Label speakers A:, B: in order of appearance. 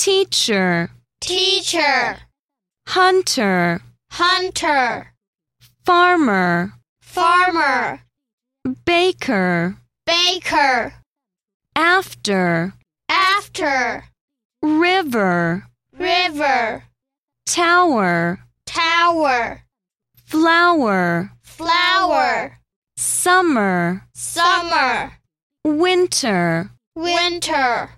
A: teacher,
B: teacher,
A: hunter,
B: hunter,
A: farmer,
B: farmer,
A: baker,
B: baker,
A: after,
B: after,
A: river,
B: river,
A: tower,
B: tower,
A: flower,
B: flower,
A: summer,
B: summer,
A: winter.
B: winter.